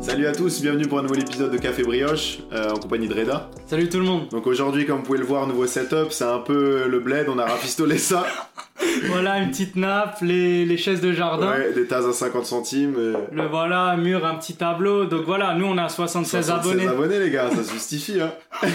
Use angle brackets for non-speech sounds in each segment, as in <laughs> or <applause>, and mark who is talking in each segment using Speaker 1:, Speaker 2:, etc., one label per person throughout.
Speaker 1: Salut à tous, bienvenue pour un nouvel épisode de Café Brioche euh, en compagnie de Reda.
Speaker 2: Salut tout le monde.
Speaker 1: Donc aujourd'hui, comme vous pouvez le voir, nouveau setup, c'est un peu le bled, on a rafistolé ça.
Speaker 2: Voilà une petite nappe, les, les chaises de jardin.
Speaker 1: Ouais, des tasses à 50 centimes. euh,
Speaker 2: Le voilà, un mur, un petit tableau. Donc voilà, nous on a 76,
Speaker 1: 76
Speaker 2: abonnés.
Speaker 1: les gars, ça se justifie. hein. <laughs>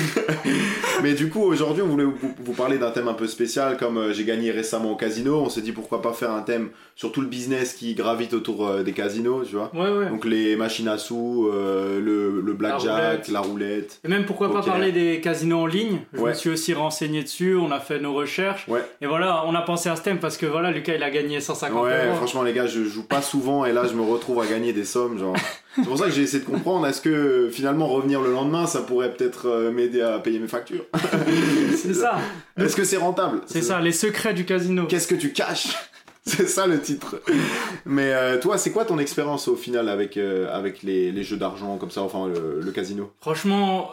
Speaker 1: Mais du coup, aujourd'hui, on voulait vous, vous parler d'un thème un peu spécial. Comme euh, j'ai gagné récemment au casino, on s'est dit pourquoi pas faire un thème sur tout le business qui gravite autour euh, des casinos, tu vois.
Speaker 2: Ouais, ouais.
Speaker 1: Donc les machines à sous, euh, le, le blackjack,
Speaker 2: roulette.
Speaker 1: la roulette.
Speaker 2: Et même pourquoi
Speaker 1: Ok.
Speaker 2: pas parler des casinos en ligne. Je
Speaker 1: Ouais.
Speaker 2: me suis aussi renseigné dessus, on a fait nos recherches.
Speaker 1: Ouais.
Speaker 2: Et voilà, on a pensé à ce thème parce que voilà, Lucas il a gagné 150
Speaker 1: Ouais,
Speaker 2: euros.
Speaker 1: franchement, les gars, je joue pas souvent et là, je me retrouve à gagner des sommes. Genre, c'est pour ça que j'ai essayé de comprendre est-ce que euh, finalement revenir le lendemain, ça pourrait peut-être euh, m'aider à payer mes factures
Speaker 2: <laughs> C'est ça,
Speaker 1: Est-ce que c'est rentable
Speaker 2: c'est ça, les secrets du casino.
Speaker 1: Qu'est-ce que tu caches <laughs> C'est ça le titre. Mais euh, toi, c'est quoi ton expérience au final avec, euh, avec les, les jeux d'argent comme ça, enfin le, le casino
Speaker 2: Franchement,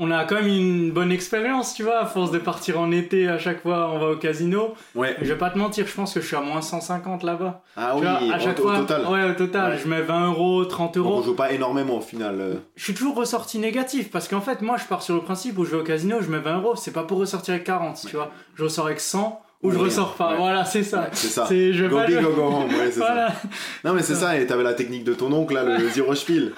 Speaker 2: on a quand même une bonne expérience, tu vois, à force de partir en été à chaque fois, on va au casino.
Speaker 1: Ouais.
Speaker 2: Je vais pas te mentir, je pense que je suis à moins 150 là-bas.
Speaker 1: Ah oui,
Speaker 2: Tu vois, à
Speaker 1: en-
Speaker 2: chaque
Speaker 1: au
Speaker 2: fois,
Speaker 1: total.
Speaker 2: Ouais, au total,
Speaker 1: Ouais.
Speaker 2: je mets 20 euros, 30
Speaker 1: Donc, on
Speaker 2: euros.
Speaker 1: joue pas énormément au final. euh.
Speaker 2: Je suis toujours ressorti négatif parce qu'en fait, moi, je pars sur le principe où je vais au casino, je mets 20 euros, c'est pas pour ressortir avec 40, tu vois. Je ressors avec 100 ou je
Speaker 1: Ouais.
Speaker 2: ressors pas.
Speaker 1: Ouais.
Speaker 2: Voilà, c'est ça.
Speaker 1: C'est ça.
Speaker 2: C'est, je vais
Speaker 1: Go
Speaker 2: pas
Speaker 1: big,
Speaker 2: le- <laughs>
Speaker 1: go, go home. Ouais, c'est ça. <laughs>
Speaker 2: Voilà.
Speaker 1: Non mais c'est ça, et t'avais la technique de ton oncle là,
Speaker 2: <laughs>
Speaker 1: le zero spiel.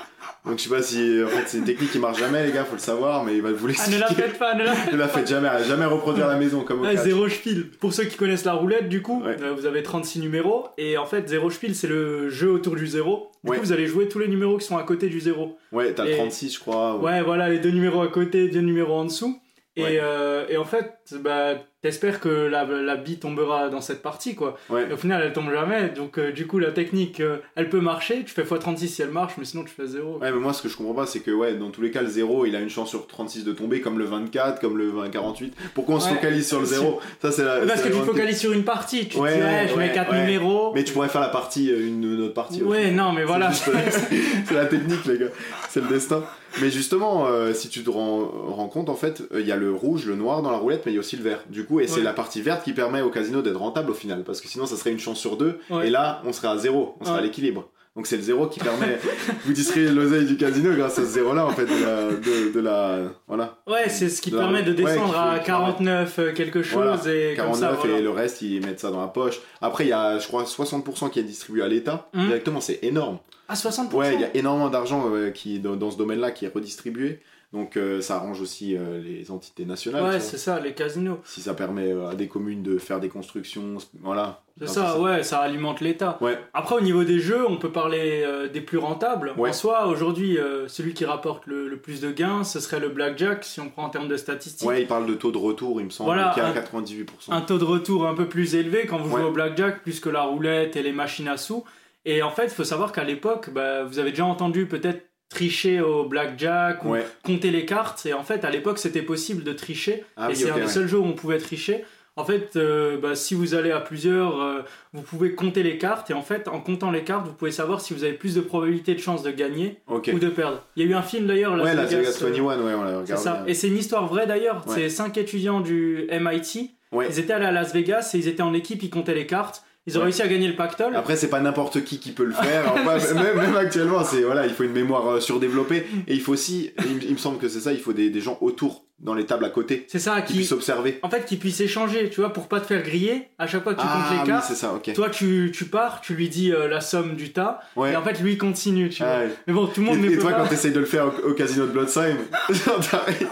Speaker 1: Donc je sais pas si en fait c'est une technique qui marche jamais les gars, faut le savoir, mais il va vous
Speaker 2: Ah, ne la
Speaker 1: l'expliquer.
Speaker 2: faites pas, ne la
Speaker 1: <laughs>
Speaker 2: faites
Speaker 1: Ne la faites jamais, jamais reproduire à la maison comme au
Speaker 2: pas.
Speaker 1: catch.
Speaker 2: Zéro spiel. Pour ceux qui connaissent la roulette, du coup,
Speaker 1: Ouais.
Speaker 2: euh, vous avez 36 numéros et en fait, zéro spiel, c'est le jeu autour du zéro. Du
Speaker 1: Ouais.
Speaker 2: coup, vous allez jouer tous les numéros qui sont à côté du zéro.
Speaker 1: Ouais, t'as le
Speaker 2: Et-
Speaker 1: 36 je crois. ou-
Speaker 2: Ouais, voilà, les deux numéros à côté, deux numéros en dessous. Et,
Speaker 1: Ouais.
Speaker 2: euh, et en fait, bah, t'espères que la, la bille tombera dans cette partie, quoi.
Speaker 1: Ouais.
Speaker 2: Et au final, elle tombe jamais. Donc, euh, du coup, la technique, euh, elle peut marcher. Tu fais x36 si elle marche, mais sinon, tu fais 0.
Speaker 1: Ouais, mais moi ce que je comprends pas c'est que ouais, dans tous les cas le 0 il a une chance sur 36 de tomber comme le 24, comme le 20, 48. Pourquoi on se
Speaker 2: Ouais.
Speaker 1: focalise sur le 0 Ça c'est la.
Speaker 2: Parce
Speaker 1: c'est
Speaker 2: que
Speaker 1: la
Speaker 2: tu Euh, te
Speaker 1: grande-
Speaker 2: focalises sur une partie. Tu
Speaker 1: Ouais,
Speaker 2: te dis, ouais, je
Speaker 1: ouais,
Speaker 2: mets 4
Speaker 1: ouais.
Speaker 2: numéros.
Speaker 1: Mais tu pourrais faire la partie, euh, une, une autre partie. au
Speaker 2: ouais, non, mais voilà.
Speaker 1: C'est juste- euh,
Speaker 2: <laughs>
Speaker 1: c'est la technique, les gars. C'est le destin. Mais justement, euh, si tu te rends, rends compte, en fait, euh, il y a le rouge, le noir dans la roulette, mais il y a aussi le vert. Du coup, et c'est
Speaker 2: Ouais.
Speaker 1: la partie verte qui permet au casino d'être rentable au final. Parce que sinon, ça serait une chance sur deux.
Speaker 2: Ouais.
Speaker 1: Et là, on serait à zéro. On serait à
Speaker 2: Ouais.
Speaker 1: l'équilibre. Donc c'est le zéro qui permet. <laughs> Vous disserez l'oseille du casino grâce à ce zéro-là, en fait, de la. de- de la voilà.
Speaker 2: Ouais, c'est ce qui
Speaker 1: Ouais,
Speaker 2: permet de
Speaker 1: qu'il faut-
Speaker 2: descendre à
Speaker 1: qu'il faut-
Speaker 2: 49 euh, quelque chose.
Speaker 1: Voilà,
Speaker 2: et comme
Speaker 1: 49
Speaker 2: ça, voilà.
Speaker 1: et le reste, ils mettent ça dans la poche. Après, il y a, je crois, 60% qui est distribué à l'État.
Speaker 2: Mhm.
Speaker 1: Directement, c'est énorme.
Speaker 2: Ah, 60%.
Speaker 1: Ouais, il y a énormément d'argent euh, qui dans, dans ce domaine-là qui est redistribué. Donc euh, ça arrange aussi euh, les entités nationales.
Speaker 2: Ouais,
Speaker 1: tu vois.
Speaker 2: c'est ça, les casinos.
Speaker 1: si ça permet euh, à des communes de faire des constructions, s- voilà.
Speaker 2: C'est
Speaker 1: Enfin,
Speaker 2: ça, ouais, ça alimente l'État.
Speaker 1: Ouais.
Speaker 2: Après, au niveau des jeux, on peut parler euh, des plus rentables.
Speaker 1: Ouais.
Speaker 2: En soi, aujourd'hui, euh, celui qui rapporte le, le plus de gains, ce serait le blackjack, si on prend en termes de statistiques.
Speaker 1: Ouais, il parle de taux de retour, il me semble,
Speaker 2: Voilà,
Speaker 1: qui est à
Speaker 2: un-
Speaker 1: 98%.
Speaker 2: Un taux de retour un peu plus élevé quand vous
Speaker 1: Ouais.
Speaker 2: jouez au blackjack, plus que la roulette et les machines à sous. Et en fait, il faut savoir qu'à l'époque, bah, vous avez déjà entendu peut-être tricher au blackjack ou
Speaker 1: Ouais.
Speaker 2: compter les cartes. Et en fait, à l'époque, c'était possible de tricher.
Speaker 1: Ah
Speaker 2: et
Speaker 1: oui,
Speaker 2: c'est
Speaker 1: ok,
Speaker 2: un des
Speaker 1: ouais.
Speaker 2: seuls jeux où on pouvait tricher. En fait, euh, bah, si vous allez à plusieurs, euh, vous pouvez compter les cartes. Et en fait, en comptant les cartes, vous pouvez savoir si vous avez plus de probabilité de chance de gagner
Speaker 1: Ok.
Speaker 2: ou de perdre. Il y a eu un film d'ailleurs, Las
Speaker 1: Ouais, la
Speaker 2: Vegas,
Speaker 1: Vegas
Speaker 2: euh,
Speaker 1: 21, ouais, on l'a
Speaker 2: c'est
Speaker 1: regardé.
Speaker 2: ça. Et c'est une histoire vraie d'ailleurs.
Speaker 1: Ouais.
Speaker 2: C'est cinq étudiants du MIT.
Speaker 1: Ouais.
Speaker 2: Ils étaient allés à Las Vegas et ils étaient en équipe, ils comptaient les cartes. Ils ont
Speaker 1: Ouais.
Speaker 2: réussi à gagner le pactole.
Speaker 1: Après, c'est pas n'importe qui qui
Speaker 2: <laughs>
Speaker 1: peut le faire. Enfin, même, même actuellement, c'est voilà, il faut une mémoire euh, surdéveloppée et il faut aussi, il, me- il me semble que c'est ça, il faut des, des gens autour, dans les tables à côté,
Speaker 2: C'est ça,
Speaker 1: qui
Speaker 2: qui,
Speaker 1: puissent observer.
Speaker 2: en fait, qui puissent échanger, tu vois, pour pas te faire griller. À chaque fois que tu comptes
Speaker 1: ah
Speaker 2: les
Speaker 1: oui,
Speaker 2: cartes,
Speaker 1: c'est ça, ok.
Speaker 2: toi tu, tu pars, tu lui dis euh, la somme du tas.
Speaker 1: Ouais.
Speaker 2: Et en fait, lui il continue, tu vois.
Speaker 1: Ah,
Speaker 2: Mais bon, tout le monde ne
Speaker 1: Et, et
Speaker 2: peut
Speaker 1: toi,
Speaker 2: pas.
Speaker 1: quand t'essayes de le faire au, au casino de Bloodsheim, <laughs> genre, t'arrives,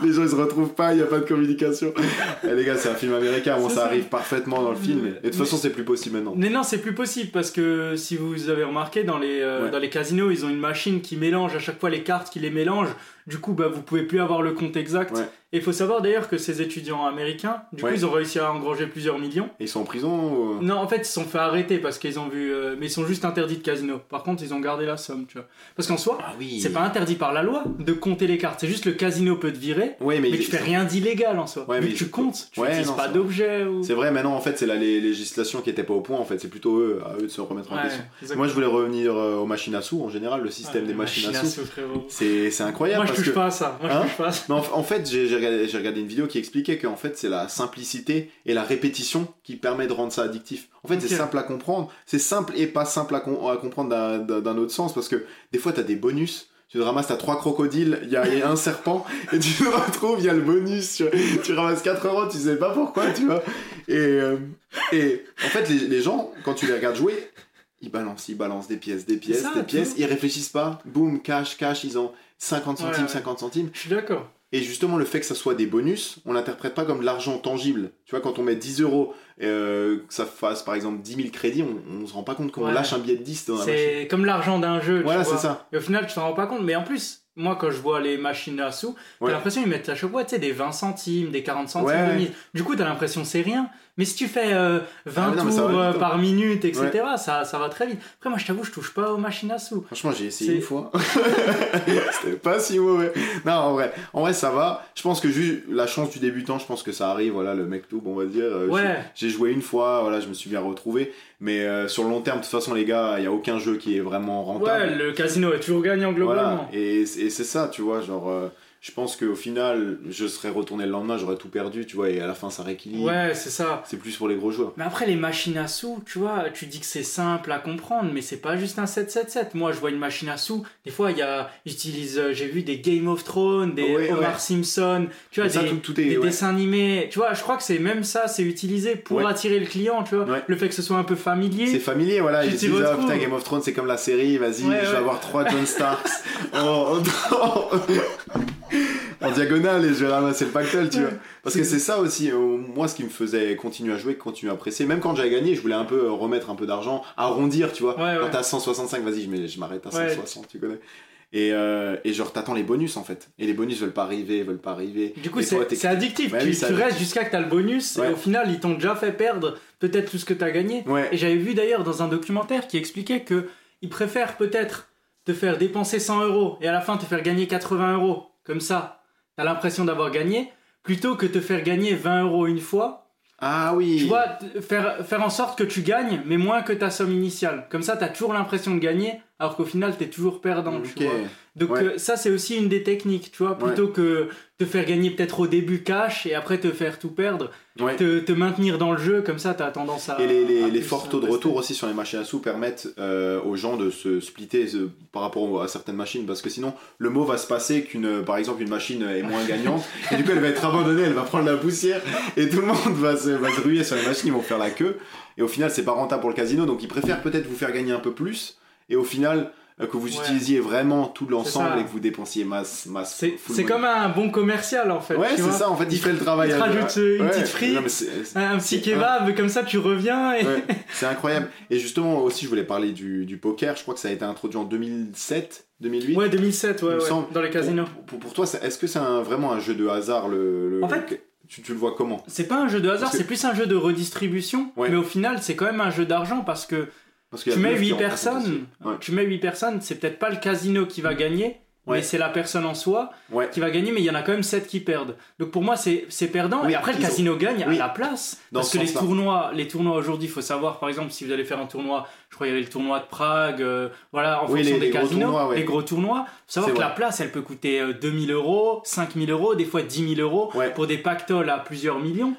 Speaker 1: les gens ils se retrouvent pas, il y a pas de communication. Eh, les gars, c'est un film américain, bon,
Speaker 2: C'est
Speaker 1: ça,
Speaker 2: ça. Mm.
Speaker 1: arrive parfaitement dans le film. Et de toute façon, c'est plus possible maintenant.
Speaker 2: Mais non, c'est plus possible parce que si vous avez remarqué dans les euh,
Speaker 1: Ouais.
Speaker 2: dans les casinos, ils ont une machine qui mélange à chaque fois les cartes qui les mélange. Du coup, bah vous pouvez plus avoir le compte exact.
Speaker 1: Ouais.
Speaker 2: Et il faut savoir d'ailleurs que ces étudiants américains, du
Speaker 1: Ouais. Ah.
Speaker 2: coup, ils ont réussi à engranger plusieurs millions.
Speaker 1: Ils sont en prison ou... euh?
Speaker 2: Non, en fait, ils se sont fait arrêter parce qu'ils ont vu euh, mais ils sont juste interdits de casino. Par contre, ils ont gardé la somme, tu vois. Parce qu'en soi,
Speaker 1: Ah oui.
Speaker 2: c'est pas interdit par la loi de compter les cartes, c'est juste le casino peut te virer.
Speaker 1: Ouais, mais,
Speaker 2: Mais
Speaker 1: ils-
Speaker 2: tu fais rien d'illégal en soi.
Speaker 1: Ouais,
Speaker 2: Vu
Speaker 1: mais
Speaker 2: que tu
Speaker 1: ils-
Speaker 2: comptes, tu
Speaker 1: Ouais,
Speaker 2: n'utilises
Speaker 1: non,
Speaker 2: pas
Speaker 1: c'est-
Speaker 2: d'objet ou.
Speaker 1: C'est vrai, maintenant, en fait, c'est la lé- législation qui était pas au point, en fait. C'est plutôt eux, à eux de se remettre en
Speaker 2: Ouais,
Speaker 1: question.
Speaker 2: exactement.
Speaker 1: Moi, je voulais revenir euh, aux machines à sous, en général, le système
Speaker 2: Ah,
Speaker 1: des
Speaker 2: les
Speaker 1: machines à
Speaker 2: machines
Speaker 1: sous.
Speaker 2: frérot.
Speaker 1: C'est c'est incroyable
Speaker 2: Moi, je
Speaker 1: parce
Speaker 2: touche
Speaker 1: que.
Speaker 2: pas à ça. Moi,
Speaker 1: Hein
Speaker 2: je touche pas à ça.
Speaker 1: Non, en fait, j'ai j'ai regardé, j'ai regardé une vidéo qui expliquait qu'en fait, c'est la simplicité et la répétition qui permet de rendre ça addictif. En fait,
Speaker 2: Ok.
Speaker 1: c'est simple à comprendre. C'est simple et pas simple à, com- à comprendre d'un- d'un d'un autre sens parce que des fois, t'as des bonus. Tu te ramasses, t'as trois crocodiles, il y, a il y a un serpent, et tu te retrouves, il y a le bonus. Tu, tu ramasses 4 euros, tu sais pas pourquoi, tu vois. Et, euh, et en fait, les, les gens, quand tu les regardes jouer, ils balancent, ils balancent des pièces, des pièces,
Speaker 2: ça,
Speaker 1: des
Speaker 2: tout.
Speaker 1: pièces, ils réfléchissent pas. Boum, cash, cash, ils ont 50
Speaker 2: Ouais,
Speaker 1: centimes,
Speaker 2: ouais.
Speaker 1: 50 centimes.
Speaker 2: Je suis d'accord.
Speaker 1: Et justement, le fait que ça soit des bonus, on l'interprète pas comme de l'argent tangible. Tu vois, quand on met 10 euros, euh, que ça fasse par exemple 10 000 crédits, on, on se rend pas compte qu'on
Speaker 2: Ouais.
Speaker 1: lâche un billet de 10 dans la machine.
Speaker 2: C'est comme l'argent d'un jeu. tu
Speaker 1: Voilà,
Speaker 2: vois.
Speaker 1: c'est ça.
Speaker 2: Et au final, tu t'en rends pas compte. Mais en plus, moi, quand je vois les machines à sous,
Speaker 1: Ouais.
Speaker 2: t'as l'impression qu'ils mettent à chaque fois tu sais, des 20 centimes, des 40 centimes
Speaker 1: Ouais,
Speaker 2: de
Speaker 1: ouais.
Speaker 2: mise. Du coup, t'as l'impression c'est rien. Mais si tu fais euh, 20
Speaker 1: Ah, mais non, mais ça va
Speaker 2: tours
Speaker 1: vite,
Speaker 2: euh,
Speaker 1: hein.
Speaker 2: par minute, etc., ça, ça va très vite. Après, moi, je t'avoue, je touche pas aux machines à sous.
Speaker 1: Franchement, j'ai essayé
Speaker 2: C'est-
Speaker 1: une fois. <laughs> C'était pas si mauvais. Non, en vrai, en vrai, ça va. Je pense que juste la chance du débutant, je pense que ça arrive. Voilà, le mec tout, bon, on va dire. euh,
Speaker 2: Ouais.
Speaker 1: J'ai joué une fois, voilà, je me suis bien retrouvé. Mais euh, sur le long terme, de toute façon, les gars, il n'y a aucun jeu qui est vraiment rentable.
Speaker 2: Ouais, le casino est toujours gagnant globalement.
Speaker 1: Voilà, et, et c'est ça, tu vois, genre, euh, je pense qu'au final, je serais retourné le lendemain, j'aurais tout perdu, tu vois, et à la fin, ça rééquilibre.
Speaker 2: Ouais, c'est ça.
Speaker 1: C'est plus pour les gros joueurs.
Speaker 2: Mais après, les machines à sous, tu vois, tu dis que c'est simple à comprendre, mais c'est pas juste un 777. Moi, je vois une machine à sous, des fois, il y a, j'utilise, euh, j'ai vu des Game of Thrones, des
Speaker 1: Ouais,
Speaker 2: Homer
Speaker 1: ouais.
Speaker 2: Simpson, tu vois,
Speaker 1: Mais ça,
Speaker 2: des,
Speaker 1: tout, tout est.
Speaker 2: des
Speaker 1: ouais.
Speaker 2: dessins animés. Tu vois, je crois que c'est même ça, c'est utilisé pour
Speaker 1: Ouais.
Speaker 2: attirer le client, tu vois.
Speaker 1: Ouais.
Speaker 2: Le fait que ce soit un peu
Speaker 1: C'est
Speaker 2: familier.
Speaker 1: familier, voilà.
Speaker 2: Tu
Speaker 1: Ils
Speaker 2: t'y
Speaker 1: disent, ah
Speaker 2: retrouves.
Speaker 1: putain, Game of Thrones, c'est comme la série, vas-y,
Speaker 2: Ouais,
Speaker 1: je vais
Speaker 2: ouais.
Speaker 1: avoir trois John Starks en, en- en diagonale et je vais ramasser le pactole, tu vois. Parce que c'est ça aussi, euh, moi, ce qui me faisait continuer à jouer, continuer à presser. Même quand j'avais gagné, je voulais un peu euh, remettre un peu d'argent, arrondir, tu vois.
Speaker 2: Ouais,
Speaker 1: Quand
Speaker 2: ouais.
Speaker 1: t'as 165, vas-y, je, mets- je m'arrête à
Speaker 2: Ouais.
Speaker 1: 160, tu connais. Et, euh, et genre, t'attends les bonus en fait. Et les bonus veulent pas arriver, veulent pas arriver.
Speaker 2: Du coup,
Speaker 1: Et toi,
Speaker 2: c'est
Speaker 1: t'es-
Speaker 2: c'est addictif.
Speaker 1: Ouais,
Speaker 2: tu
Speaker 1: oui, c'est
Speaker 2: tu restes jusqu'à que t'as le bonus,
Speaker 1: Ouais.
Speaker 2: et au final, ils t'ont déjà fait perdre peut-être tout ce que t'as gagné.
Speaker 1: Ouais,
Speaker 2: Et j'avais vu d'ailleurs dans un documentaire qui expliquait que ils préfèrent peut-être te faire dépenser 100 euros et à la fin te faire gagner 80 euros. Comme ça, t'as l'impression d'avoir gagné, plutôt que te faire gagner 20 euros une fois.
Speaker 1: Ah oui.
Speaker 2: Tu vois, t- faire, faire en sorte que tu gagnes, mais moins que ta somme initiale. Comme ça, t'as toujours l'impression de gagner, alors qu'au final, t'es toujours perdant.
Speaker 1: Ok.
Speaker 2: Tu vois. Donc
Speaker 1: Ouais.
Speaker 2: euh, ça, c'est aussi une des techniques, tu vois. Plutôt que te faire gagner peut-être au début cash et après te faire tout perdre,
Speaker 1: Ouais.
Speaker 2: te, te maintenir dans le jeu, comme ça, t'as tendance à...
Speaker 1: Et les,
Speaker 2: à
Speaker 1: les, les
Speaker 2: plus,
Speaker 1: forts
Speaker 2: euh,
Speaker 1: taux de
Speaker 2: rester.
Speaker 1: retour aussi sur les machines à sous permettent euh, aux gens de se splitter euh, par rapport à certaines machines parce que sinon le mot va se passer qu'une euh, par exemple une machine est moins
Speaker 2: <laughs>
Speaker 1: gagnante et du coup elle va être abandonnée, elle va prendre la poussière et tout le monde va se, va se ruer sur les machines, ils vont faire la queue et au final c'est pas rentable pour le casino donc ils préfèrent peut-être vous faire gagner un peu plus et au final euh, que vous
Speaker 2: Ouais.
Speaker 1: utilisiez vraiment tout
Speaker 2: C'est
Speaker 1: l'ensemble
Speaker 2: ça.
Speaker 1: et que vous dépensiez masse masse.
Speaker 2: C'est
Speaker 1: full
Speaker 2: c'est
Speaker 1: money.
Speaker 2: comme un bon commercial, en fait.
Speaker 1: ouais
Speaker 2: tu
Speaker 1: c'est
Speaker 2: vois.
Speaker 1: ça en fait il fait le travail.
Speaker 2: Il te
Speaker 1: à-
Speaker 2: rajoute euh, une
Speaker 1: Ouais.
Speaker 2: petite frite,
Speaker 1: Non, mais c'est- c'est-
Speaker 2: un petit
Speaker 1: c'est-
Speaker 2: kebab, comme ça, tu reviens et...
Speaker 1: Ouais, c'est incroyable. Et justement, aussi, je voulais parler du, du poker. Je crois que ça a été introduit en 2007, 2008.
Speaker 2: <laughs> Ouais, 2007, ouais,
Speaker 1: Il me
Speaker 2: ouais,
Speaker 1: semble.
Speaker 2: dans les casinos.
Speaker 1: Pour, pour- pour toi, ça- est-ce que c'est un- vraiment un jeu de hasard le, le-
Speaker 2: En fait-
Speaker 1: tu, tu le vois comment
Speaker 2: C'est pas un jeu de hasard,
Speaker 1: Parce que-
Speaker 2: c'est plus un jeu de redistribution,
Speaker 1: Ouais.
Speaker 2: mais au final, c'est quand même un jeu d'argent parce que
Speaker 1: Parce qu'il y a
Speaker 2: tu mets
Speaker 1: neuf qui
Speaker 2: 8
Speaker 1: rentrent
Speaker 2: personnes,
Speaker 1: Ouais. Mm.
Speaker 2: tu mets huit personnes, c'est peut-être pas le casino qui va gagner,
Speaker 1: Ouais.
Speaker 2: mais c'est la personne en soi
Speaker 1: Ouais.
Speaker 2: qui va gagner, mais il y en a quand même 7 qui perdent. Donc pour moi, c'est c'est perdant,
Speaker 1: Oui,
Speaker 2: et après le
Speaker 1: ils ont-
Speaker 2: casino gagne
Speaker 1: oui.
Speaker 2: à la place.
Speaker 1: Dans
Speaker 2: parce
Speaker 1: ce
Speaker 2: que les
Speaker 1: sens-là.
Speaker 2: tournois, les tournois aujourd'hui, il faut savoir, par exemple, si vous allez faire un tournoi, je crois qu'il y avait le tournoi de Prague, euh, voilà, en
Speaker 1: Oui,
Speaker 2: fonction
Speaker 1: les-
Speaker 2: des
Speaker 1: les gros
Speaker 2: casinos,
Speaker 1: tournois, ouais.
Speaker 2: les gros tournois, faut savoir
Speaker 1: C'est
Speaker 2: que
Speaker 1: vrai.
Speaker 2: la place, elle peut coûter euh, 2000 euros, 5000 euros, des fois 10 000 euros,
Speaker 1: Ouais.
Speaker 2: pour des pactoles à plusieurs millions.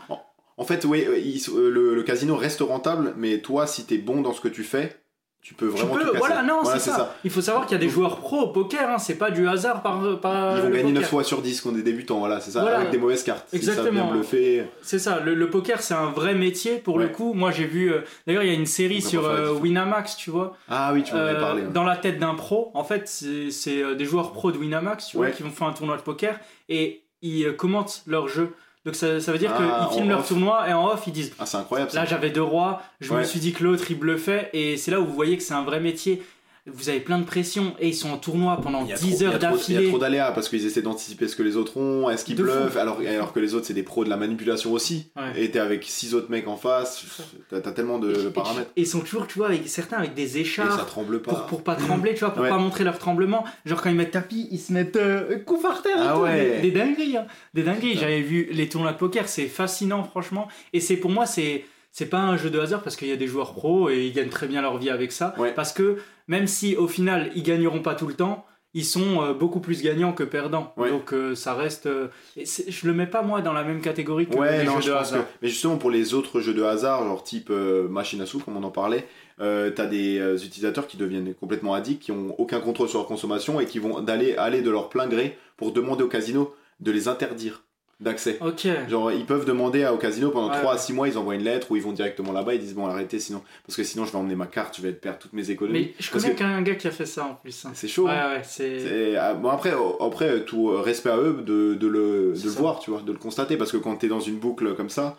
Speaker 1: En fait, oui, euh, ils sont- euh, le, le casino reste rentable, mais toi, si t'es bon dans ce que tu fais, tu peux
Speaker 2: Tu
Speaker 1: vraiment
Speaker 2: peux-
Speaker 1: tout casser.
Speaker 2: voilà, non, c'est ça. Il faut savoir qu'il y a des
Speaker 1: Donc-
Speaker 2: joueurs pro au poker, hein, c'est pas du hasard par. par
Speaker 1: Ils vont
Speaker 2: Euh, le
Speaker 1: gagner
Speaker 2: poker.
Speaker 1: 9 fois sur 10 qu'on est débutants, voilà, c'est ça,
Speaker 2: Voilà.
Speaker 1: avec des mauvaises cartes. Si ça
Speaker 2: Exactement.
Speaker 1: bien bluffé.
Speaker 2: C'est ça, le, le poker c'est un vrai métier pour le
Speaker 1: Ouais.
Speaker 2: coup. Moi j'ai vu, euh, d'ailleurs il y a une
Speaker 1: On
Speaker 2: série
Speaker 1: va
Speaker 2: sur
Speaker 1: pas faire la
Speaker 2: euh,
Speaker 1: différence.
Speaker 2: Winamax, tu vois,
Speaker 1: Ah oui, tu m'en avais
Speaker 2: euh,
Speaker 1: parlé. hein.
Speaker 2: dans la tête d'un pro. En fait, c'est c'est, euh, des joueurs pros de Winamax, tu
Speaker 1: Ouais.
Speaker 2: vois, qui vont faire un tournoi de poker et ils euh, commentent leur jeu. Donc ça, ça veut dire
Speaker 1: Ah,
Speaker 2: qu'ils filment
Speaker 1: en
Speaker 2: leur
Speaker 1: off.
Speaker 2: tournoi et en off ils disent
Speaker 1: Ah, c'est incroyable. ça.
Speaker 2: là j'avais deux rois, je
Speaker 1: Ouais.
Speaker 2: me suis dit que l'autre il bluffait et c'est là où vous voyez que c'est un vrai métier. Vous avez plein de pression et ils sont en tournoi pendant
Speaker 1: Il y a
Speaker 2: 10
Speaker 1: trop-
Speaker 2: heures
Speaker 1: il y a trop- Il y a
Speaker 2: d'affilée.
Speaker 1: trop d'aléas parce qu'ils essaient d'anticiper ce que les autres ont, est-ce qu'ils
Speaker 2: De fou.
Speaker 1: bluffent, alors, alors que les autres c'est des pros de la manipulation aussi.
Speaker 2: Ouais.
Speaker 1: Et t'es avec six autres mecs en face, t'as t'as tellement de
Speaker 2: Et- et-
Speaker 1: paramètres.
Speaker 2: Et ils sont toujours, tu vois, avec certains avec des
Speaker 1: Et ça
Speaker 2: écharpes.
Speaker 1: tremble pas.
Speaker 2: pour, pour pas trembler, tu vois, pour
Speaker 1: Ouais.
Speaker 2: pas montrer leur tremblement. Genre quand ils mettent tapis, ils se mettent euh, coup par terre et
Speaker 1: Ah
Speaker 2: tout.
Speaker 1: ouais.
Speaker 2: Des, des dingueries, hein. des dingueries.
Speaker 1: Putain.
Speaker 2: J'avais vu les tournois de poker, c'est fascinant franchement. Et c'est pour moi, c'est c'est pas un jeu de hasard parce qu'il y a des joueurs pros et ils gagnent très bien leur vie avec ça.
Speaker 1: Ouais.
Speaker 2: Parce que même si au final ils gagneront pas tout le temps. ils sont euh, beaucoup plus gagnants que perdants.
Speaker 1: Ouais.
Speaker 2: Donc euh, ça reste. euh, et c'est- je le mets pas moi dans la même catégorie que
Speaker 1: Ouais,
Speaker 2: les
Speaker 1: non,
Speaker 2: jeux
Speaker 1: je
Speaker 2: de
Speaker 1: pense que.
Speaker 2: hasard.
Speaker 1: Mais justement, pour les autres jeux de hasard, genre type euh, machine à sous, comme on en parlait, euh, t'as des euh, utilisateurs qui deviennent complètement addicts, qui ont aucun contrôle sur leur consommation et qui vont d'aller aller de leur plein gré pour demander au casino de les interdire d'accès.
Speaker 2: Ok.
Speaker 1: Genre, ils peuvent demander à- au casino pendant
Speaker 2: Ouais,
Speaker 1: 3 à
Speaker 2: ouais.
Speaker 1: 6 mois, ils envoient une lettre ou ils vont directement là-bas, ils disent bon, arrêtez, sinon, parce que sinon je vais emmener ma carte, je vais perdre toutes mes économies.
Speaker 2: Mais je
Speaker 1: Parce
Speaker 2: connais
Speaker 1: que-
Speaker 2: qu'un gars qui a fait ça en plus. hein.
Speaker 1: C'est chaud.
Speaker 2: Ouais,
Speaker 1: hein.
Speaker 2: ouais, c'est.
Speaker 1: C'est- ah, bon, après, oh, après, euh, tout euh, respect à eux de, de le, de
Speaker 2: C'est
Speaker 1: le
Speaker 2: ça.
Speaker 1: voir, tu vois, de le constater, parce que quand t'es dans une boucle comme ça,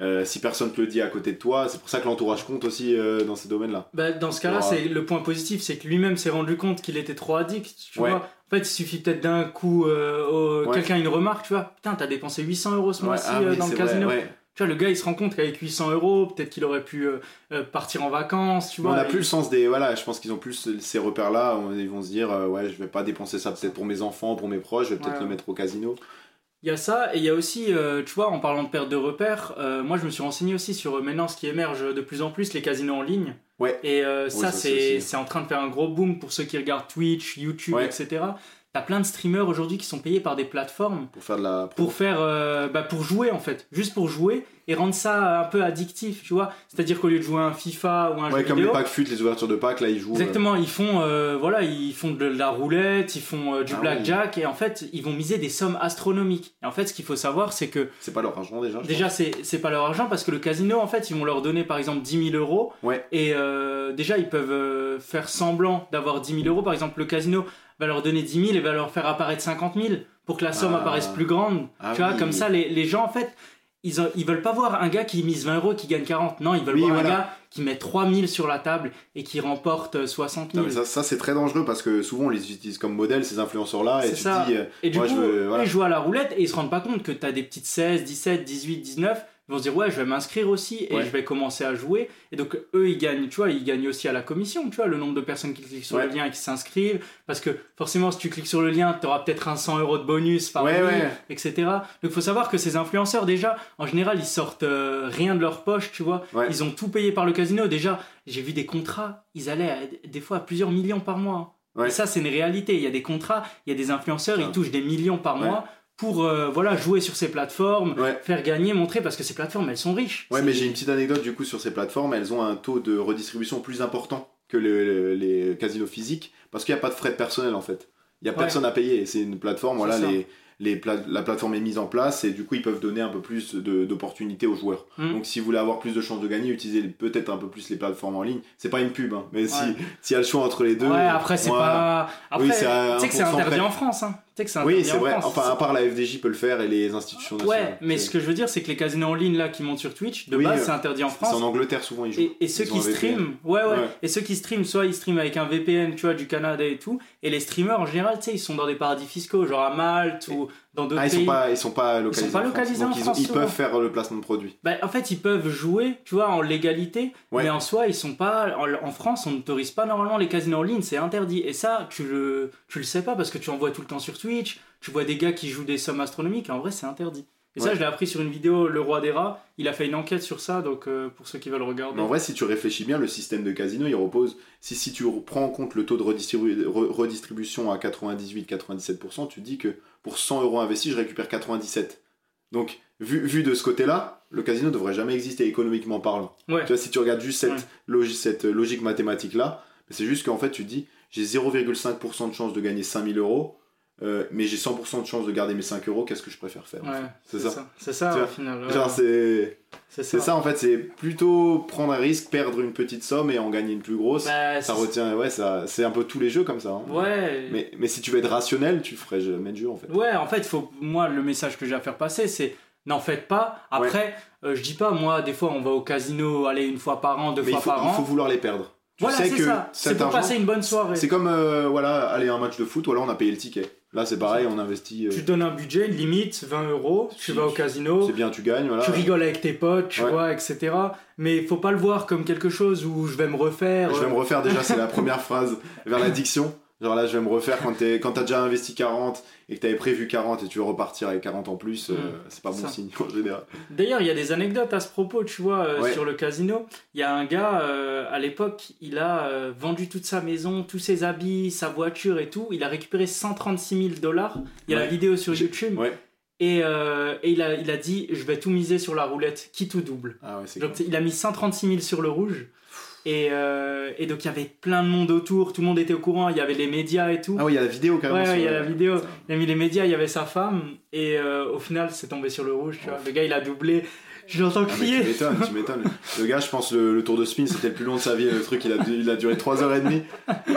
Speaker 1: euh, si personne te le dit à côté de toi, c'est pour ça que l'entourage compte aussi euh, dans ces domaines-là.
Speaker 2: Bah, dans ce cas-là,
Speaker 1: Ouais.
Speaker 2: c'est le point positif, c'est que lui-même s'est rendu compte qu'il était trop addict. Tu
Speaker 1: Ouais.
Speaker 2: vois. En fait, il suffit peut-être d'un coup, euh, au-
Speaker 1: Ouais.
Speaker 2: quelqu'un a une remarque, tu vois. Putain, t'as dépensé 800 euros ce
Speaker 1: Ouais,
Speaker 2: mois-ci
Speaker 1: ah
Speaker 2: euh,
Speaker 1: oui,
Speaker 2: dans le
Speaker 1: c'est vrai,
Speaker 2: casino.
Speaker 1: ouais.
Speaker 2: Tu vois, le gars, il se rend compte qu'avec 800 euros, peut-être qu'il aurait pu euh, euh, partir en vacances, tu
Speaker 1: Mais
Speaker 2: vois.
Speaker 1: on a
Speaker 2: et-
Speaker 1: plus le sens des. Voilà, je pense qu'ils ont plus ces repères-là. on- Ils vont se dire, euh, ouais, je vais pas dépenser ça peut-être pour mes enfants, pour mes proches, je vais peut-être
Speaker 2: Ouais.
Speaker 1: le mettre au casino.
Speaker 2: Il y a ça, et il y a aussi, euh, tu vois, en parlant de perte de repères, euh, moi je me suis renseigné aussi sur euh, maintenant ce qui émerge de plus en plus, les casinos en ligne.
Speaker 1: Ouais.
Speaker 2: Et euh, ça,
Speaker 1: ça, c'est
Speaker 2: c'est
Speaker 1: aussi.
Speaker 2: c'est en train de faire un gros boom pour ceux qui regardent Twitch, YouTube,
Speaker 1: Ouais.
Speaker 2: etc. T'as plein de streamers aujourd'hui qui sont payés par des plateformes
Speaker 1: Pour faire de la.
Speaker 2: pour faire, euh, bah, pour jouer en fait, juste pour jouer et rendre ça un peu addictif, tu vois. C'est-à-dire qu'au lieu de jouer à un FIFA ou à un
Speaker 1: Ouais,
Speaker 2: jeu
Speaker 1: comme
Speaker 2: vidéo,
Speaker 1: les packs fut, les ouvertures de packs, là, ils jouent. euh,
Speaker 2: Exactement, ils font euh, voilà, ils font de la roulette, ils font euh, du
Speaker 1: Ah oui.
Speaker 2: blackjack et en fait, ils vont miser des sommes astronomiques. Et en fait, ce qu'il faut savoir, c'est que
Speaker 1: c'est pas leur argent déjà. je
Speaker 2: déjà c'est c'est pas leur argent parce que le casino en fait, ils vont leur donner par exemple 10 000 euros
Speaker 1: Ouais.
Speaker 2: et euh, déjà ils peuvent euh, faire semblant d'avoir 10 000 euros. Par exemple, le casino va leur donner 10 000 et va leur faire apparaître 50 000 pour que la somme
Speaker 1: Ah.
Speaker 2: apparaisse plus grande.
Speaker 1: Ah
Speaker 2: tu vois,
Speaker 1: oui.
Speaker 2: comme ça, les, les gens en fait. Ils, ont- ils veulent pas voir un gars qui mise 20 euros qui gagne 40. Non, ils veulent
Speaker 1: Oui,
Speaker 2: voir
Speaker 1: voilà.
Speaker 2: un gars qui met 3000 sur la table et qui remporte euh, 60
Speaker 1: Putain,
Speaker 2: 000.
Speaker 1: mais ça, ça, c'est très dangereux parce que souvent on les utilise comme modèle ces influenceurs-là et
Speaker 2: C'est
Speaker 1: tu
Speaker 2: ça.
Speaker 1: te dis euh,
Speaker 2: Et du
Speaker 1: Moi,
Speaker 2: coup,
Speaker 1: je veux- voilà.
Speaker 2: ils jouent à la roulette et ils se rendent pas compte que tu as des petites 16, 17, 18, 19. Ils vont se dire, ouais, je vais m'inscrire aussi et
Speaker 1: Ouais.
Speaker 2: je vais commencer à jouer. Et donc, eux, ils gagnent, tu vois, ils gagnent aussi à la commission, tu vois, le nombre de personnes qui cliquent sur
Speaker 1: Ouais.
Speaker 2: le lien et qui s'inscrivent. Parce que forcément, si tu cliques sur le lien, tu auras peut-être un 100 euros de bonus par
Speaker 1: Ouais,
Speaker 2: nuit,
Speaker 1: ouais.
Speaker 2: etc. Donc, faut savoir que ces influenceurs, déjà, en général, ils sortent euh, rien de leur poche, tu vois.
Speaker 1: Ouais.
Speaker 2: Ils ont tout payé par le casino. Déjà, j'ai vu des contrats, ils allaient à- des fois à plusieurs millions par mois. hein.
Speaker 1: Ouais.
Speaker 2: Et ça, c'est une réalité. Il y a des contrats, il y a des influenceurs,
Speaker 1: Ah.
Speaker 2: ils touchent des millions par
Speaker 1: Ouais.
Speaker 2: mois pour euh, voilà jouer sur ces plateformes,
Speaker 1: Ouais.
Speaker 2: faire gagner, montrer, parce que ces plateformes, elles sont riches.
Speaker 1: Ouais,
Speaker 2: C'est-
Speaker 1: mais j'ai une petite anecdote du coup sur ces plateformes. Elles ont un taux de redistribution plus important que le- le- les casinos physiques parce qu'il n'y a pas de frais de personnel en fait. Il n'y a
Speaker 2: Ouais.
Speaker 1: personne à payer. C'est une plateforme,
Speaker 2: C'est
Speaker 1: voilà,
Speaker 2: ça.
Speaker 1: les, les pla- la plateforme est mise en place et du coup ils peuvent donner un peu plus de- d'opportunités aux joueurs.
Speaker 2: Mm.
Speaker 1: Donc si vous voulez avoir plus de chances de gagner, utilisez peut-être un peu plus les plateformes en ligne. C'est pas une pub, hein, mais si
Speaker 2: Ouais.
Speaker 1: s'il y a le choix entre les deux.
Speaker 2: Ouais, après, c'est
Speaker 1: voilà.
Speaker 2: pas. Après,
Speaker 1: Oui, c'est à
Speaker 2: tu sais que c'est
Speaker 1: 1%
Speaker 2: interdit
Speaker 1: près.
Speaker 2: en France. Hein. Tu sais que c'est interdit
Speaker 1: Oui, c'est
Speaker 2: en
Speaker 1: vrai.
Speaker 2: France.
Speaker 1: Enfin, à part la FDJ peut le faire et les institutions nationales.
Speaker 2: ouais, mais
Speaker 1: C'est-
Speaker 2: ce que je veux dire, c'est que les casinos en ligne là qui montent sur Twitch, de
Speaker 1: hein. Oui,
Speaker 2: base,
Speaker 1: euh,
Speaker 2: c'est interdit en
Speaker 1: c'est
Speaker 2: France.
Speaker 1: en Angleterre souvent ils jouent.
Speaker 2: Et, et ceux
Speaker 1: Ils
Speaker 2: qui
Speaker 1: ont un VPN.
Speaker 2: streament, ouais, ouais,
Speaker 1: Ouais.
Speaker 2: et ceux qui streament, soit ils streament avec un VPN, tu vois, du Canada et tout, et les streamers en général, tu sais, ils sont dans des paradis fiscaux, genre à Malte ou dans d'autres
Speaker 1: Ah, ils
Speaker 2: pays.
Speaker 1: sont pas, ils sont pas localisés.
Speaker 2: pas
Speaker 1: en France.
Speaker 2: localisés
Speaker 1: Donc,
Speaker 2: en
Speaker 1: ils,
Speaker 2: France,
Speaker 1: ils
Speaker 2: souvent.
Speaker 1: peuvent faire euh, le placement de produit.
Speaker 2: Bah, en fait, ils peuvent jouer, tu vois, en légalité,
Speaker 1: Ouais.
Speaker 2: mais en soi, ils sont pas. En, en France, on n'autorise pas normalement les casinos en ligne, c'est interdit. Et ça, tu le, tu le sais pas parce que tu en vois tout le temps sur Twitch, tu vois des gars qui jouent des sommes astronomiques, et en vrai, c'est interdit. Et ça,
Speaker 1: Ouais.
Speaker 2: je l'ai appris sur une vidéo, Le Roi des Rats, il a fait une enquête sur ça, donc euh, pour ceux qui veulent regarder.
Speaker 1: Mais en vrai, si tu réfléchis bien, le système de casino, il repose. Si, si tu prends en compte le taux de redistribu- re- redistribution à 98-97%, tu dis que pour 100 euros investis, je récupère 97. Donc, vu, vu de ce côté-là, le casino devrait jamais exister économiquement parlant.
Speaker 2: Ouais.
Speaker 1: Tu vois, si tu regardes juste cette,
Speaker 2: Ouais.
Speaker 1: logi- cette euh, logique mathématique-là, c'est juste qu'en fait, tu dis j'ai 0,5% de chance de gagner 5000 euros, euh, mais j'ai 100% de chance de garder mes 5 euros, qu'est-ce que je préfère faire en
Speaker 2: Ouais,
Speaker 1: fait
Speaker 2: c'est
Speaker 1: C'est ça.
Speaker 2: ça. C'est ça,
Speaker 1: Tu
Speaker 2: au
Speaker 1: vois,
Speaker 2: final. ouais.
Speaker 1: Genre, c'est.
Speaker 2: c'est
Speaker 1: C'est ça en fait, c'est plutôt prendre un risque, perdre une petite somme et en gagner une plus grosse.
Speaker 2: Bah,
Speaker 1: ça
Speaker 2: c'est-
Speaker 1: retient, ouais, ça, c'est un peu tous les jeux comme ça. hein.
Speaker 2: Ouais.
Speaker 1: Mais, mais si tu veux être rationnel, tu ferais jamais de jeu en fait.
Speaker 2: Ouais, en fait, faut, moi, le message que j'ai à faire passer, c'est n'en faites pas. Après, euh, je dis pas, moi, des fois, on va au casino, aller une fois par an, deux
Speaker 1: mais il
Speaker 2: fois
Speaker 1: faut,
Speaker 2: par
Speaker 1: il
Speaker 2: an.
Speaker 1: faut vouloir les perdre. Tu
Speaker 2: voilà,
Speaker 1: sais
Speaker 2: c'est
Speaker 1: que
Speaker 2: ça. C'est
Speaker 1: cet
Speaker 2: pour
Speaker 1: argent,
Speaker 2: passer une bonne soirée.
Speaker 1: c'est comme euh, voilà, aller à un match de foot, voilà, on a payé le ticket. Là, c'est pareil, on investit. euh,
Speaker 2: Tu donnes un budget, une limite, 20 euros, tu
Speaker 1: Si,
Speaker 2: vas au
Speaker 1: tu-
Speaker 2: casino,
Speaker 1: c'est bien, tu gagnes, voilà.
Speaker 2: tu rigoles avec tes potes, tu
Speaker 1: Ouais.
Speaker 2: vois, etc. Mais faut pas le voir comme quelque chose où je vais me refaire.
Speaker 1: Je vais
Speaker 2: euh, <laughs>
Speaker 1: me refaire déjà, c'est la première phrase vers l'addiction. Genre là, je vais me refaire quand t'es- quand t'as déjà investi 40 et que t'avais prévu 40 et tu veux repartir avec 40 en plus, euh,
Speaker 2: Mm.
Speaker 1: c'est pas bon
Speaker 2: Ça.
Speaker 1: signe en général.
Speaker 2: D'ailleurs, il y a des anecdotes à ce propos, tu vois, euh,
Speaker 1: Ouais.
Speaker 2: sur le casino. Il y a un gars, euh, à l'époque, il a euh, vendu toute sa maison, tous ses habits, sa voiture et tout. Il a récupéré 136 000 dollars. Il y a
Speaker 1: Ouais.
Speaker 2: la vidéo sur
Speaker 1: J'ai-
Speaker 2: YouTube.
Speaker 1: Ouais.
Speaker 2: Et, euh, et il, a, il a dit, je vais tout miser sur la roulette, qui tout double.
Speaker 1: Ah ouais, c'est
Speaker 2: Donc, il a mis 136 000 sur le rouge. Et, euh, et donc, il y avait plein de monde autour. Tout le monde était au courant. Il y avait les médias et tout.
Speaker 1: Ah oui, il y a la vidéo quand même.
Speaker 2: Ouais,
Speaker 1: sur
Speaker 2: il y a
Speaker 1: le- Ah,
Speaker 2: la vidéo.
Speaker 1: Putain.
Speaker 2: Il a mis les médias, il y avait sa femme, et euh, au final, c'est tombé sur le rouge, tu vois. Le gars, il a doublé. Je l'entends
Speaker 1: Oh. Ah, mais tu
Speaker 2: crier.
Speaker 1: m'étonnes, tu m'étonnes. Le gars, je pense, le, le tour de spin, c'était le plus long de sa vie. Le truc, il a, il a duré 3h30.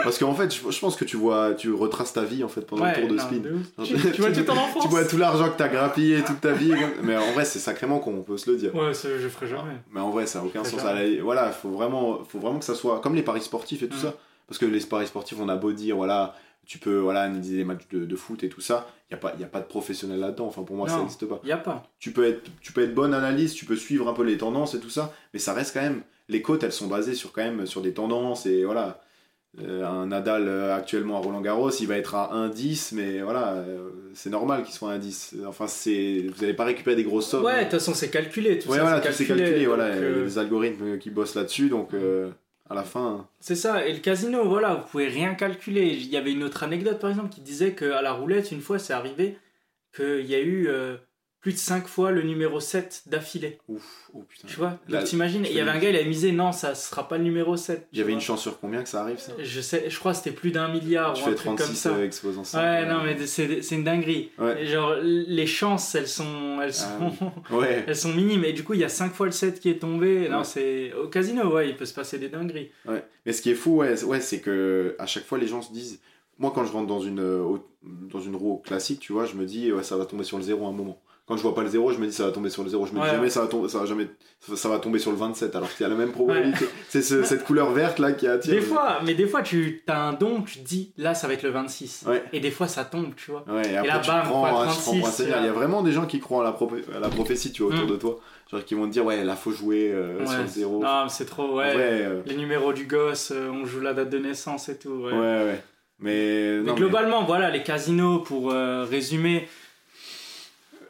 Speaker 1: Parce qu'en fait, je, je pense que tu vois, tu retraces ta vie en fait pendant
Speaker 2: Ouais,
Speaker 1: le tour de
Speaker 2: non,
Speaker 1: spin.
Speaker 2: ouf. Tu, tu vois tout en enfance.
Speaker 1: Tu vois tout l'argent que t'as grappillé toute ta vie. Mais en vrai, c'est sacrément con, on peut se le dire.
Speaker 2: Ouais, ça, je ferai jamais.
Speaker 1: Mais en vrai, ça n'a aucun
Speaker 2: Je
Speaker 1: sens.
Speaker 2: préfère.
Speaker 1: À la- Voilà, faut vraiment, faut vraiment que ça soit comme les paris sportifs et tout
Speaker 2: Mm.
Speaker 1: ça. Parce que les paris sportifs, on a beau dire, voilà, tu peux voilà, analyser les matchs de, de foot et tout ça, il n'y a, pas- y a pas de professionnel là-dedans. Enfin, pour moi, ça
Speaker 2: Non.
Speaker 1: n'existe pas.
Speaker 2: Y a pas.
Speaker 1: Tu peux, être, tu peux être bonne analyse, tu peux suivre un peu les tendances et tout ça, mais ça reste quand même. Les cotes, elles sont basées sur quand même sur des tendances et voilà. Euh, un Nadal euh, actuellement à Roland Garros, il va être à 1,10, mais voilà, euh, c'est normal qu'il soit à 1,10. Enfin, c'est, vous n'allez pas récupérer des grosses sommes.
Speaker 2: Ouais, de toute façon, c'est calculé. Tout
Speaker 1: Ouais,
Speaker 2: ça,
Speaker 1: voilà,
Speaker 2: c'est
Speaker 1: tout c'est
Speaker 2: calculé.
Speaker 1: calculé, voilà,
Speaker 2: donc,
Speaker 1: il y a
Speaker 2: euh,
Speaker 1: des algorithmes qui bossent là-dessus, donc euh, à la fin.
Speaker 2: C'est ça, et le casino, voilà, vous pouvez rien calculer. Il y avait une autre anecdote, par exemple, qui disait qu'à la roulette, une fois, c'est arrivé qu'il y a eu euh, plus de 5 fois le numéro 7 d'affilée.
Speaker 1: Ouf, oh putain.
Speaker 2: Tu vois
Speaker 1: Là,
Speaker 2: Donc t'imagines,
Speaker 1: je
Speaker 2: il y avait un gars, il a misé, non, ça sera pas le numéro 7.
Speaker 1: J'avais une
Speaker 2: chance
Speaker 1: chance sur combien que ça arrive ça
Speaker 2: Je sais, je crois que c'était plus d'un milliard
Speaker 1: Tu
Speaker 2: Ah, ou un
Speaker 1: fais
Speaker 2: truc comme
Speaker 1: 36
Speaker 2: ça.
Speaker 1: euh, exposants ça.
Speaker 2: ouais, non, mais c'est c'est une dinguerie.
Speaker 1: Ouais.
Speaker 2: Et Genre, les chances, elles sont, elles
Speaker 1: Ah
Speaker 2: sont,
Speaker 1: Ouais,
Speaker 2: elles sont minimes. Et du coup, il y a 5 fois le 7 qui est tombé. Non,
Speaker 1: Ouais.
Speaker 2: c'est au casino, ouais, il peut se passer des dingueries.
Speaker 1: ouais. Mais ce qui est fou, ouais, c'est- ouais, c'est que à chaque fois les gens se disent. Moi, quand je rentre dans une, euh, haute- dans une roue classique, tu vois, je me dis, ouais, ça va tomber sur le zéro à un moment. Quand je vois pas le zéro, je me dis, ça va tomber sur le zéro. Je me
Speaker 2: Ouais.
Speaker 1: dis jamais, ça va tomber, ça va jamais, ça ça va tomber sur le 27, alors qu'il y a la même probabilité. C'est ce- cette couleur verte là qui attire.
Speaker 2: Des fois, mais des fois, tu as un don, tu te dis, là, ça va être le 26.
Speaker 1: Ouais.
Speaker 2: Et des fois, ça tombe, tu vois.
Speaker 1: Ouais, et après,
Speaker 2: là,
Speaker 1: tu
Speaker 2: bam,
Speaker 1: prends,
Speaker 2: quoi,
Speaker 1: hein, tu prends
Speaker 2: 36,
Speaker 1: pour un seigneur.
Speaker 2: là.
Speaker 1: Il y a vraiment des gens qui croient à la, propé- à la prophétie, tu vois, autour
Speaker 2: Mm.
Speaker 1: de toi. Genre, qui vont te dire, ouais, là, faut jouer euh, sur
Speaker 2: Ouais.
Speaker 1: le zéro.
Speaker 2: Non, mais c'est trop, ouais.
Speaker 1: En vrai, euh,
Speaker 2: Les numéros du gosse, euh, on joue la date de naissance et tout. ouais.
Speaker 1: ouais. ouais, Mais,
Speaker 2: Mais
Speaker 1: non, mais
Speaker 2: globalement, voilà, les casinos, pour euh, résumer.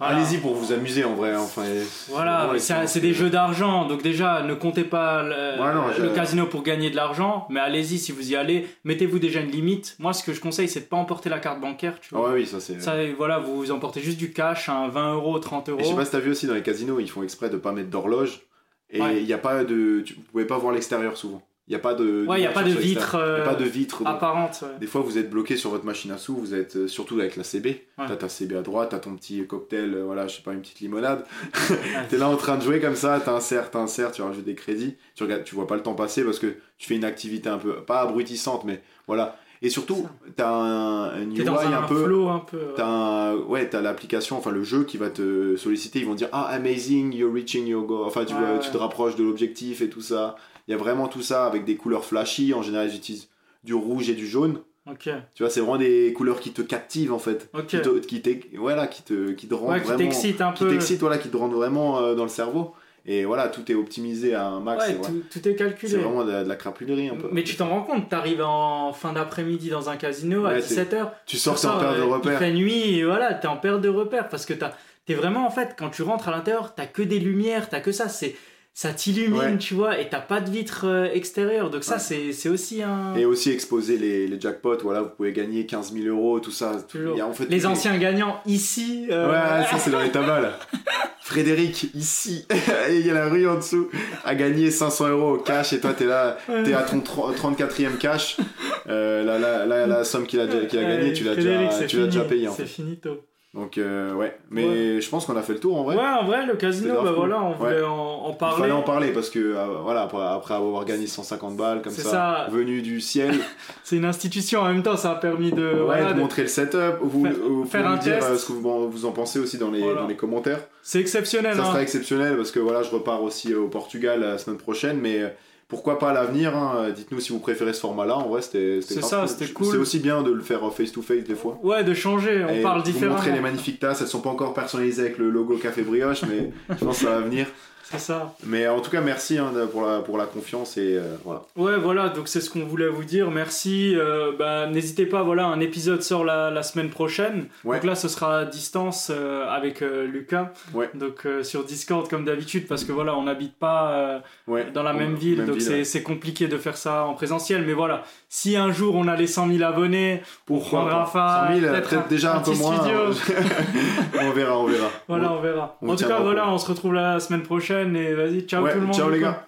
Speaker 2: voilà.
Speaker 1: allez-y pour vous amuser, en vrai. hein, Enfin, et-
Speaker 2: Voilà,
Speaker 1: Ouais,
Speaker 2: mais c'est c'est des jeux d'argent, donc déjà ne comptez pas le,
Speaker 1: Ouais, non, je-
Speaker 2: le casino pour gagner de l'argent, mais allez-y si vous y allez, mettez-vous déjà une limite. Moi, ce que je conseille, c'est de pas emporter la carte bancaire, tu
Speaker 1: Ah
Speaker 2: vois.
Speaker 1: ouais, oui, ça, c'est...
Speaker 2: Ça, voilà, vous, vous emportez juste du cash, hein, 20 euros, 30 euros.
Speaker 1: Et je sais pas si t'as vu aussi, dans les casinos, ils font exprès de pas mettre d'horloge. Et il
Speaker 2: Ouais.
Speaker 1: y a pas de... Tu vous pouvez pas voir l'extérieur, souvent. Il y a pas de...
Speaker 2: ouais, il n'y a pas de
Speaker 1: sur l'extérieur.
Speaker 2: vitre
Speaker 1: Y a
Speaker 2: euh,
Speaker 1: pas de vitre. donc
Speaker 2: apparente. ouais.
Speaker 1: Des fois, vous êtes bloqué sur votre machine à sous, vous êtes euh, surtout avec la CB. T'as ta CB à droite, t'as ton petit cocktail, euh, voilà, je sais pas, une petite limonade. <laughs> T'es là en train de jouer comme ça, t'insères, t'insères, tu rajoutes des crédits, tu regardes, tu vois pas le temps passer parce que tu fais une activité un peu, pas abrutissante, mais voilà. Et surtout, t'as un, une
Speaker 2: T'es
Speaker 1: UI
Speaker 2: dans un,
Speaker 1: un peu.
Speaker 2: flow un peu. ouais.
Speaker 1: T'as un- ouais, t'as l'application, enfin le jeu qui va te solliciter, ils vont dire Ah, amazing, you're reaching your goal. Enfin, tu,
Speaker 2: Ouais,
Speaker 1: euh,
Speaker 2: ouais.
Speaker 1: tu te rapproches de l'objectif et tout ça. Il y a vraiment tout ça avec des couleurs flashy. En général, ils utilisent du rouge et du jaune.
Speaker 2: Ok,
Speaker 1: Tu vois, c'est vraiment des couleurs qui te captivent en fait.
Speaker 2: ok.
Speaker 1: Qui te- qui t'ex- voilà, qui te, qui te rendent
Speaker 2: Ouais, qui
Speaker 1: vraiment
Speaker 2: t'excite un
Speaker 1: qui
Speaker 2: peu.
Speaker 1: t'excite, voilà, qui te rendent vraiment euh, dans le cerveau. Et voilà, tout est optimisé à un max.
Speaker 2: Ouais,
Speaker 1: et voilà.
Speaker 2: tout, tout est calculé.
Speaker 1: C'est vraiment de la, de la crapulerie un peu.
Speaker 2: Mais tu t'en rends compte, t'arrives en fin d'après-midi dans un casino à
Speaker 1: Ouais, t'es-
Speaker 2: 17h,
Speaker 1: Tu sors
Speaker 2: Ça,
Speaker 1: sans perdre de
Speaker 2: euh, Il
Speaker 1: repère.
Speaker 2: fait nuit et voilà, t'es en perte de repère parce que t'as- t'es vraiment en fait quand tu rentres à l'intérieur, t'as que des lumières, t'as que ça, c'est ça t'illumine,
Speaker 1: Ouais.
Speaker 2: tu vois, et t'as pas de vitre euh, extérieure, donc ça
Speaker 1: Ouais.
Speaker 2: c'est c'est aussi un.
Speaker 1: Et aussi exposer les, les jackpots, voilà, vous pouvez gagner 15 000 euros, tout ça. Tout-
Speaker 2: Toujours.
Speaker 1: il y a en fait tous
Speaker 2: Les anciens gagnants ici.
Speaker 1: Ouais,
Speaker 2: euh,
Speaker 1: ouais, ça c'est dans les tabacs là. Frédéric, ici, <laughs> et il y a la rue en dessous, a gagné 500 euros au cash et toi t'es là,
Speaker 2: euh,
Speaker 1: t'es à ton tro- 34e cash. Euh, la, la, la, la somme qu'il a, déjà- qu'il a
Speaker 2: euh,
Speaker 1: gagnée, tu l'as
Speaker 2: Frédéric,
Speaker 1: déjà,
Speaker 2: c'est
Speaker 1: tu l'as déjà
Speaker 2: fini,
Speaker 1: payé en
Speaker 2: C'est
Speaker 1: fait.
Speaker 2: finito.
Speaker 1: Donc, euh, ouais. Mais je pense qu'on a fait le tour en vrai.
Speaker 2: Ouais, en vrai, le
Speaker 1: C'est
Speaker 2: casino,
Speaker 1: grave
Speaker 2: bah
Speaker 1: cool.
Speaker 2: voilà, on voulait en, en
Speaker 1: Il
Speaker 2: parler.
Speaker 1: fallait en parler parce que euh, voilà après, après avoir gagné 150 balles comme
Speaker 2: C'est
Speaker 1: ça,
Speaker 2: ça.
Speaker 1: venu du ciel
Speaker 2: C'est une institution en même temps, ça a permis de.
Speaker 1: ouais,
Speaker 2: Euh, voilà,
Speaker 1: de
Speaker 2: de-
Speaker 1: montrer le setup vous,
Speaker 2: Faire-
Speaker 1: vous
Speaker 2: faire
Speaker 1: pouvez
Speaker 2: un
Speaker 1: me dire
Speaker 2: test.
Speaker 1: euh, ce que vous, en- vous en pensez aussi dans les,
Speaker 2: Voilà.
Speaker 1: dans les commentaires
Speaker 2: C'est exceptionnel.
Speaker 1: ça
Speaker 2: hein.
Speaker 1: sera exceptionnel parce que voilà je repars aussi au Portugal la semaine prochaine mais euh, pourquoi pas à l'avenir hein. dites-nous si vous préférez ce format là en vrai c'était c'était
Speaker 2: C'est
Speaker 1: grave
Speaker 2: ça, c'était cool.
Speaker 1: c'est aussi bien de le faire face to face des fois
Speaker 2: Ouais, de changer, on
Speaker 1: Et
Speaker 2: parle
Speaker 1: vous
Speaker 2: différemment.
Speaker 1: montrer les magnifiques tasses, elles sont pas encore personnalisées avec le logo Café Brioche, mais je pense que ça va venir.
Speaker 2: C'est ça.
Speaker 1: Mais en tout cas, merci hein, de- pour, la, pour la confiance et euh, voilà.
Speaker 2: Ouais, voilà, donc c'est ce qu'on voulait vous dire. Merci. Euh, bah, N'hésitez pas, voilà, un épisode sort la, la semaine prochaine.
Speaker 1: Ouais.
Speaker 2: Donc là, ce sera à distance euh, avec euh, Lucas.
Speaker 1: Ouais.
Speaker 2: Donc euh, sur Discord, comme d'habitude, parce que voilà, on n'habite pas euh,
Speaker 1: Ouais.
Speaker 2: dans la même
Speaker 1: Ouais,
Speaker 2: ville,
Speaker 1: même
Speaker 2: donc
Speaker 1: ville,
Speaker 2: c'est
Speaker 1: ouais.
Speaker 2: c'est compliqué de faire ça en présentiel. Mais voilà, si un jour on a les 100 000 abonnés,
Speaker 1: Pourquoi
Speaker 2: prendre
Speaker 1: pas.
Speaker 2: Rafa,
Speaker 1: 100 000,
Speaker 2: peut-être
Speaker 1: peut-être
Speaker 2: un-
Speaker 1: déjà
Speaker 2: un
Speaker 1: un peu
Speaker 2: petit
Speaker 1: moins. euh,
Speaker 2: studio.
Speaker 1: <laughs> on verra, on verra.
Speaker 2: voilà, on verra.
Speaker 1: on
Speaker 2: en tout
Speaker 1: tiendra
Speaker 2: cas,
Speaker 1: au
Speaker 2: voilà,
Speaker 1: courant.
Speaker 2: on se retrouve la semaine prochaine et vas-y, ciao
Speaker 1: Ouais,
Speaker 2: tout le monde.
Speaker 1: ciao les
Speaker 2: du coup.
Speaker 1: gars.